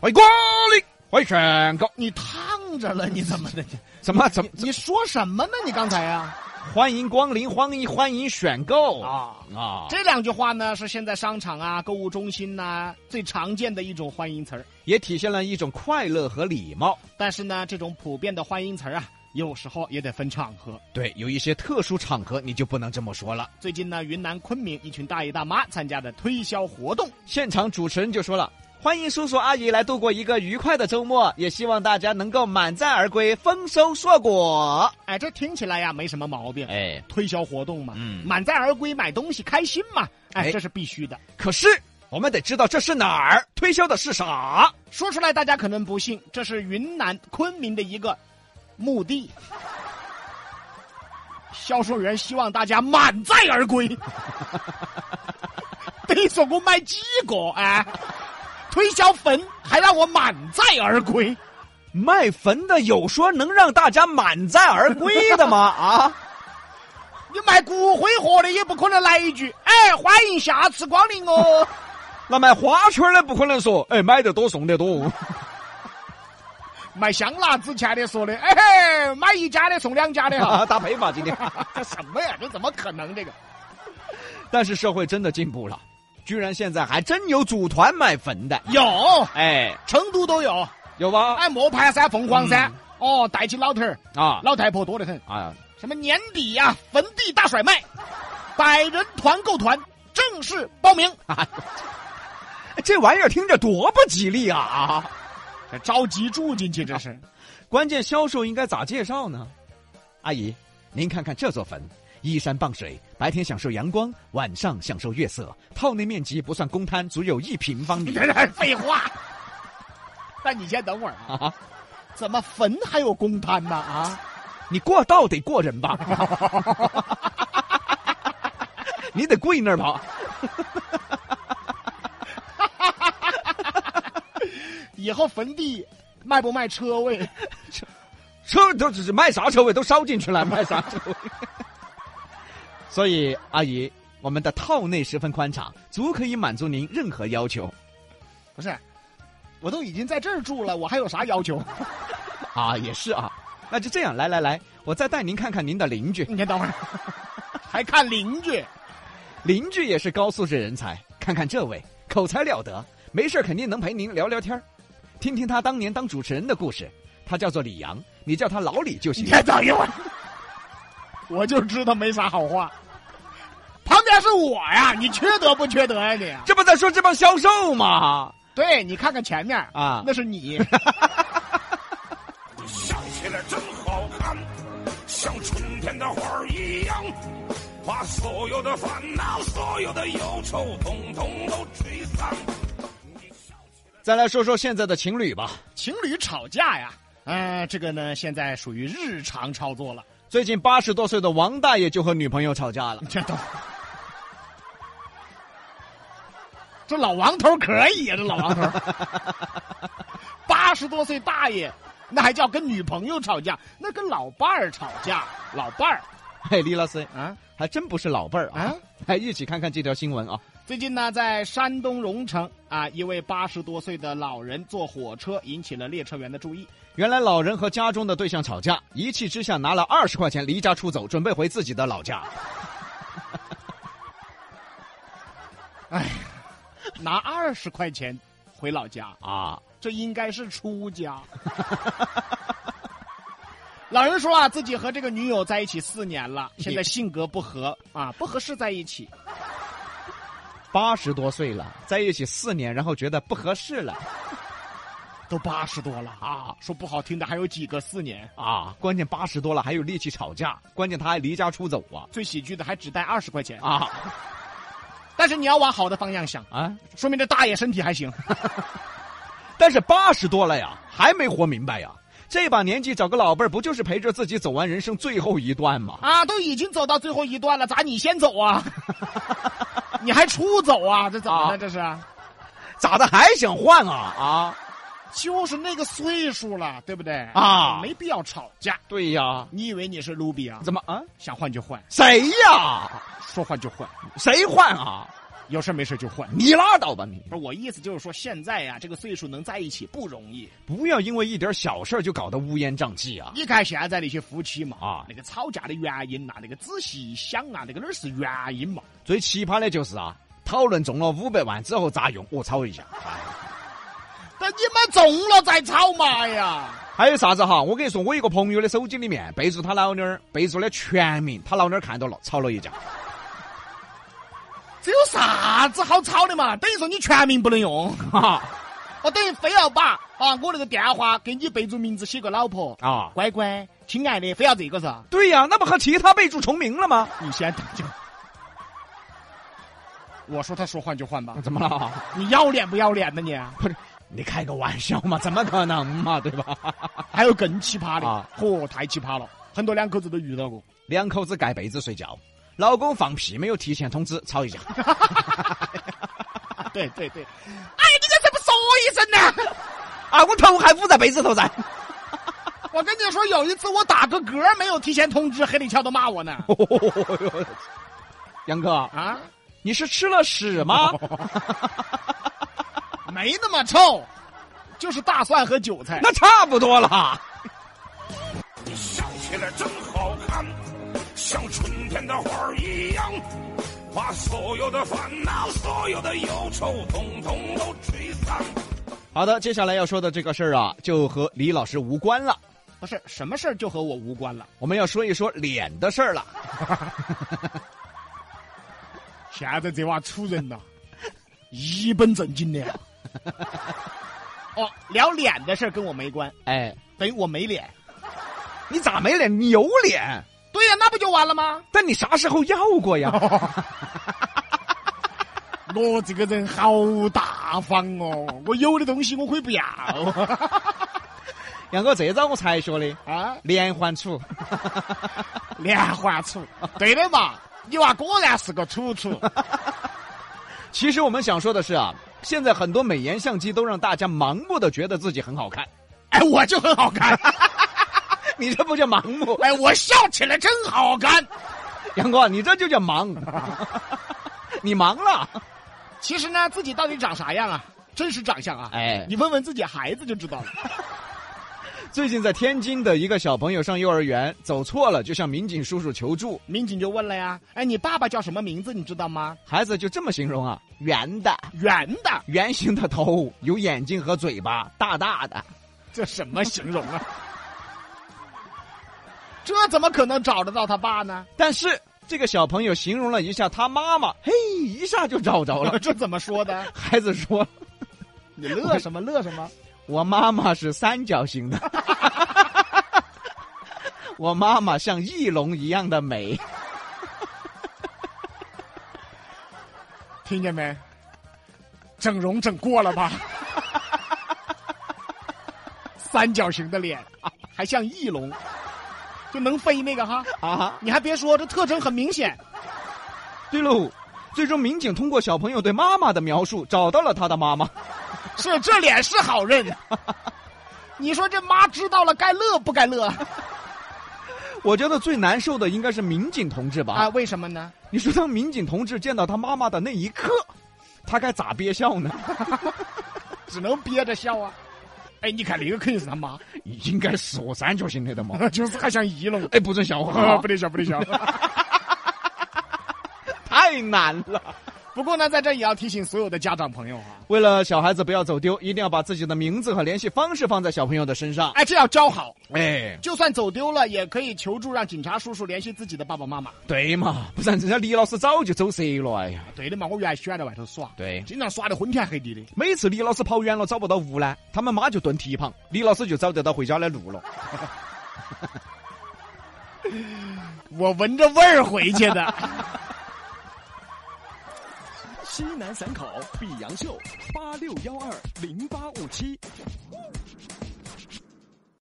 喂，公里，喂，全国，你烫着了，你怎 么的？你怎么怎么？你说什么呢？你刚才啊欢迎光临，欢迎欢迎选购啊啊！啊！这两句话呢，是现在商场啊、购物中心呐、最常见的一种欢迎词儿。也体现了一种快乐和礼貌。但是呢，这种普遍的欢迎词儿啊，有时候也得分场合。对，有一些特殊场合你就不能这么说了。最近呢，云南昆明一群大爷大妈参加的推销活动，现场主持人就说了：“欢迎叔叔阿姨来度过一个愉快的周末，也希望大家能够满载而归，丰收硕果。哎，这听起来呀没什么毛”病。哎，推销活动嘛，嗯满载而归，买东西开心嘛，哎哎，这是必须的。可是我们得知道这是哪儿，推销的是啥。说出来大家可能不信，这是云南昆明的一个墓地。销售员希望大家满载而归，得说我买几个哎，推销坟还让我满载而归，卖坟的有说能让大家满载而归的吗？啊，你卖骨灰盒的也不可能来一句哎，欢迎下次光临哦。那卖花圈的不可能说，哎，买得多送得多。卖香辣之前的说的哎，买一家的送两家的 哈，啊，搭配吧，今天。这 什么呀？这怎么可能？这个但是社会真的进步了，居然现在还真有组团卖坟的。有哎，成都都有。有吧？ 哎，磨盘山、凤凰山，哦，带起老头儿、啊老太婆多得很。啊，什么年底呀、坟地大甩卖，百人团购团正式报名。这玩意儿听着多不吉利啊！啊这着急住进去，这是。关键销售应该咋介绍呢？阿姨，您看看这座坟，依山傍水，白天享受阳光，晚上享受月色，套内面积不算公摊，足有一平方 你 米。在这儿废话。但你先等会儿啊，啊，怎么坟还有公摊呢？啊，你过道得过人吧？你得跪那儿吧？以后坟地卖不卖车位？车都只是卖啥车位都烧进去了，卖啥车位。所以阿姨，我们的套内十分宽敞，足可以满足您任何要求。不是，我都已经在这儿住了，我还有啥要求？啊，也是啊，那就这样，来来来，我再带您看看您的邻居，你先等会儿，还看邻居。邻居也是高素质人才，看看这位口才了得，没事儿肯定能陪您聊聊天儿，听听他当年当主持人的故事。他叫做李阳，你叫他老李就你行。先等一会儿，我就知道没啥好话。旁边是我呀，你缺德不缺德呀、你？这不在说这帮销售吗？对你看看前面啊那是你。想起来真好看，像春天的花儿一样，把所有的烦恼、所有的忧愁，统统都吹散。你笑起来再来说说现在的情侣吧。情侣吵架呀，呃，这个呢现在属于日常操作了。最近八十多岁的王大爷就和女朋友吵架了。 这都，这老王头可以呀、这老王头，八十多岁大爷，那还叫跟女朋友吵架？那跟老伴儿吵架，老伴儿嘿，李老师啊还真不是老辈儿啊啊！！来，一起看看这条新闻啊。最近呢，在山东荣成啊，一位八十多岁的老人坐火车引起了列车员的注意。原来老人和家中的对象吵架，一气之下拿了二十块钱离家出走，准备回自己的老家。拿二十块钱回老家，啊，这应该是出家。 老人说啊，自己和这个女友在一起四年了，现在性格不合啊，不合适在一起。八十多岁了，在一起四年，然后觉得不合适了都八十多了啊，说不好听的，还有几个四年。啊！关键八十多了还有力气吵架，关键他还离家出走啊最喜剧的还只带二十块钱，啊但是你要往好的方向想，啊！说明这大爷身体还行。但是八十多了呀，还没活明白呀。这把年纪找个老伴儿，不就是陪着自己走完人生最后一段吗？啊，都已经走到最后一段了，咋你先走 啊？你还出走啊？这怎么啊了？这是，咋的还想换啊啊？就是那个岁数了，对不对？啊没必要吵架。对呀，你以为你是卢比啊？怎么啊？想换就换，谁呀？说换就换。谁换啊？有事没事就混。你拉倒吧你！不是我意思就是说，现在呀、这个岁数能在一起不容易。不要因为一点小事儿就搞得乌烟瘴气啊！你看现在那些夫妻嘛，啊那个吵架的原因呐、啊那个仔细一想啊，那个哪儿是原因嘛？最奇葩的就是啊，讨论中了五百万之后咋用，我操一下。但你们中了再吵嘛呀！还有啥子哈？我跟你说，我一个朋友的手机里面备注他老娘儿，备注的全名，他老娘儿看到了，吵了一架。这有啥子好吵的嘛？等于说你全名不能用，哈我等于非要把啊我那个电话给你备注名字写个老婆啊，乖乖、亲爱的，非要这个是？对呀、那不和其他备注重名了吗？你先等着。 我说他说换就换吧， 怎么了？你要脸不要脸的你？啊不是你开个玩笑嘛？怎么可能 嘛？对吧？啊还有更奇葩的，啊嚯、太奇葩了！很多两口子都遇到过。两口子盖被子睡觉，老公放屁没有提前通知，吵 一架。对对对，哎，你咋这不说一声呢？ 啊，我头还捂在被子头噻。我跟你说，有一次我打个嗝没有提前通知，黑李乔都骂我 呢。 杨哥，啊，你是吃了屎 吗？没那么臭，就是大蒜和韭菜。那差不多了。你笑起来真好看，像春天的花儿一样，把所有的烦恼、所有的忧愁，统统都吹散。好的，接下来要说的这个事儿啊，就和李老师无关了。不是什么事儿就和我无关了。我们要说一说脸的事儿了。现在这娃处人呐，一本正经的。啊哦，聊脸的事儿跟我没关，哎，等于我没脸。你咋没脸？你有脸，对呀、那不就完了 吗？但你啥时候要过呀？我这个人好大方哦，我有的东西我可以 不要杨哥，这招我才学的，啊。连环杵。连环杵，对的嘛，你娃果然是个楚楚。 其实我们想说的是啊，现在很多美颜相机都让大家盲目的觉得自己很好看， 哎，我就很好 看，你这不叫盲 目，哎，我笑起来真好看。杨哥，你这就叫 盲，你盲了。其实呢，自己到底长啥样啊？真实长相啊， 哎你问问自己孩子就知 道了。最近在天津的一个小朋友上幼儿园走错了，就向民警叔叔求助，民警就问了呀，哎，你爸爸叫什么名字？你知道吗？孩子就这么形容啊：圆的，圆的，圆形的头，有眼睛和嘴巴，大大的。这什么形容 啊？这怎么可能找得到他爸呢？但是这个小朋友形容了一下他妈妈，嘿，一下就找着 了。 这怎么说的？孩子说你 乐什么乐什么？：“我妈妈是三角形的， 我妈妈像翼龙一样的美。听见没？整容整过了 吧？三角形的脸，还像翼龙，就能飞那个哈。”啊，你还别说，这特征很明显。对喽。最终，民警通过小朋友对妈妈的描述，找到了他的妈妈。是这脸是 好认。你说这妈知道了该乐不该乐啊我觉得最难受的应该是民警同志吧。啊？为什么呢？你说当民警同志见到他妈妈的那一刻，他该咋憋笑呢？只能憋着笑啊。哎，你看那个肯定是他妈，应该是我三角形的的嘛。 就是还像翼龙。哎，不准笑我、啊， 不得笑，不得笑。太难了。不过呢，在这也要提醒所有的家长朋友啊，为了小孩子不要走丢，一定要把自己的名字和联系方式放在小朋友的身上。哎，这要教好，哎，就算走丢了，也可以求助让警察叔叔联系自己的爸爸妈妈。对嘛，不然人家李老师早就走色了。哎呀，对的嘛，我原来喜欢在外头耍，对经常耍的昏天黑地的。每次李老师跑远了找不到屋呢，他们妈就蹲蹄旁，李老师就找得到回家的路了。我闻着味儿回去的。西南散口碧阳秀八六幺二零八五七。